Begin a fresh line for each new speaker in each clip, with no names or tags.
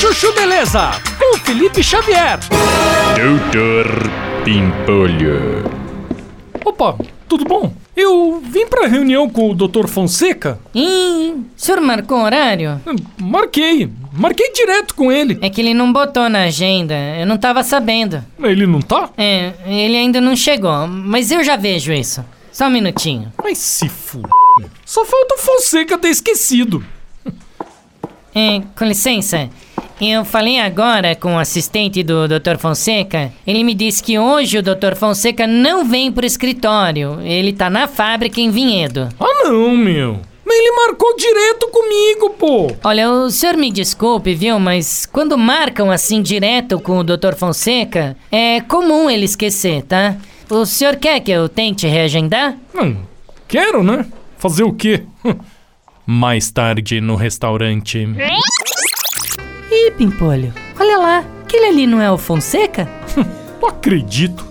Chuchu Beleza, com Felipe Xavier.
Doutor Pimpolho.
Opa, tudo bom? Eu vim pra reunião com o Dr. Fonseca.
Ih, o senhor marcou um horário?
Marquei, marquei direto com ele.
É que ele não botou na agenda, eu não tava sabendo.
Ele não tá?
É, ele ainda não chegou, mas eu já vejo isso. Só um minutinho.
Mas se f... Só falta o Fonseca ter esquecido.
É, com licença, eu falei agora com o assistente do Dr. Fonseca. Ele me disse que hoje o Dr. Fonseca não vem pro escritório. Ele tá na fábrica em Vinhedo.
Ah não, meu. Mas ele marcou direto comigo, pô.
Olha, o senhor me desculpe, viu, mas quando marcam assim direto com o Dr. Fonseca, é comum ele esquecer, tá? O senhor quer que eu tente reagendar?
Hum, quero, né? Fazer o quê? Mais tarde no restaurante.
Ih, Pimpolho, olha lá, aquele ali não é o Fonseca?
Não acredito.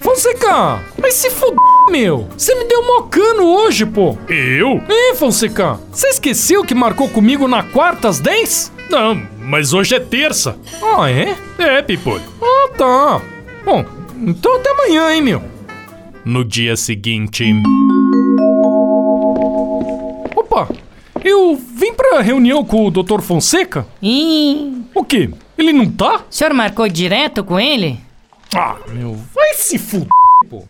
Fonseca, mas se f... meu. Você me deu mocano hoje, pô.
Eu?
Ê, Fonseca, você esqueceu que marcou comigo na quarta às 10?
Não, mas hoje é terça.
Ah, é?
É, Pimpolho.
Ah, tá. Bom, então até amanhã, hein, meu.
No dia seguinte.
Opa, eu vim pra reunião com o Dr. Fonseca?
Ih,
O quê? Ele não tá?
o senhor marcou direto com ele?
Ah, meu, vai se f... pô.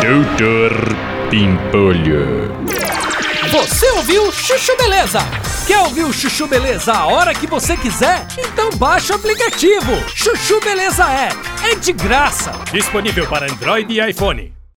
Doutor Pimpolho.
Você ouviu Chuchu Beleza? Quer ouvir o Chuchu Beleza a hora que você quiser? Então baixa o aplicativo. Chuchu Beleza é. É de graça.
Disponível para Android e iPhone.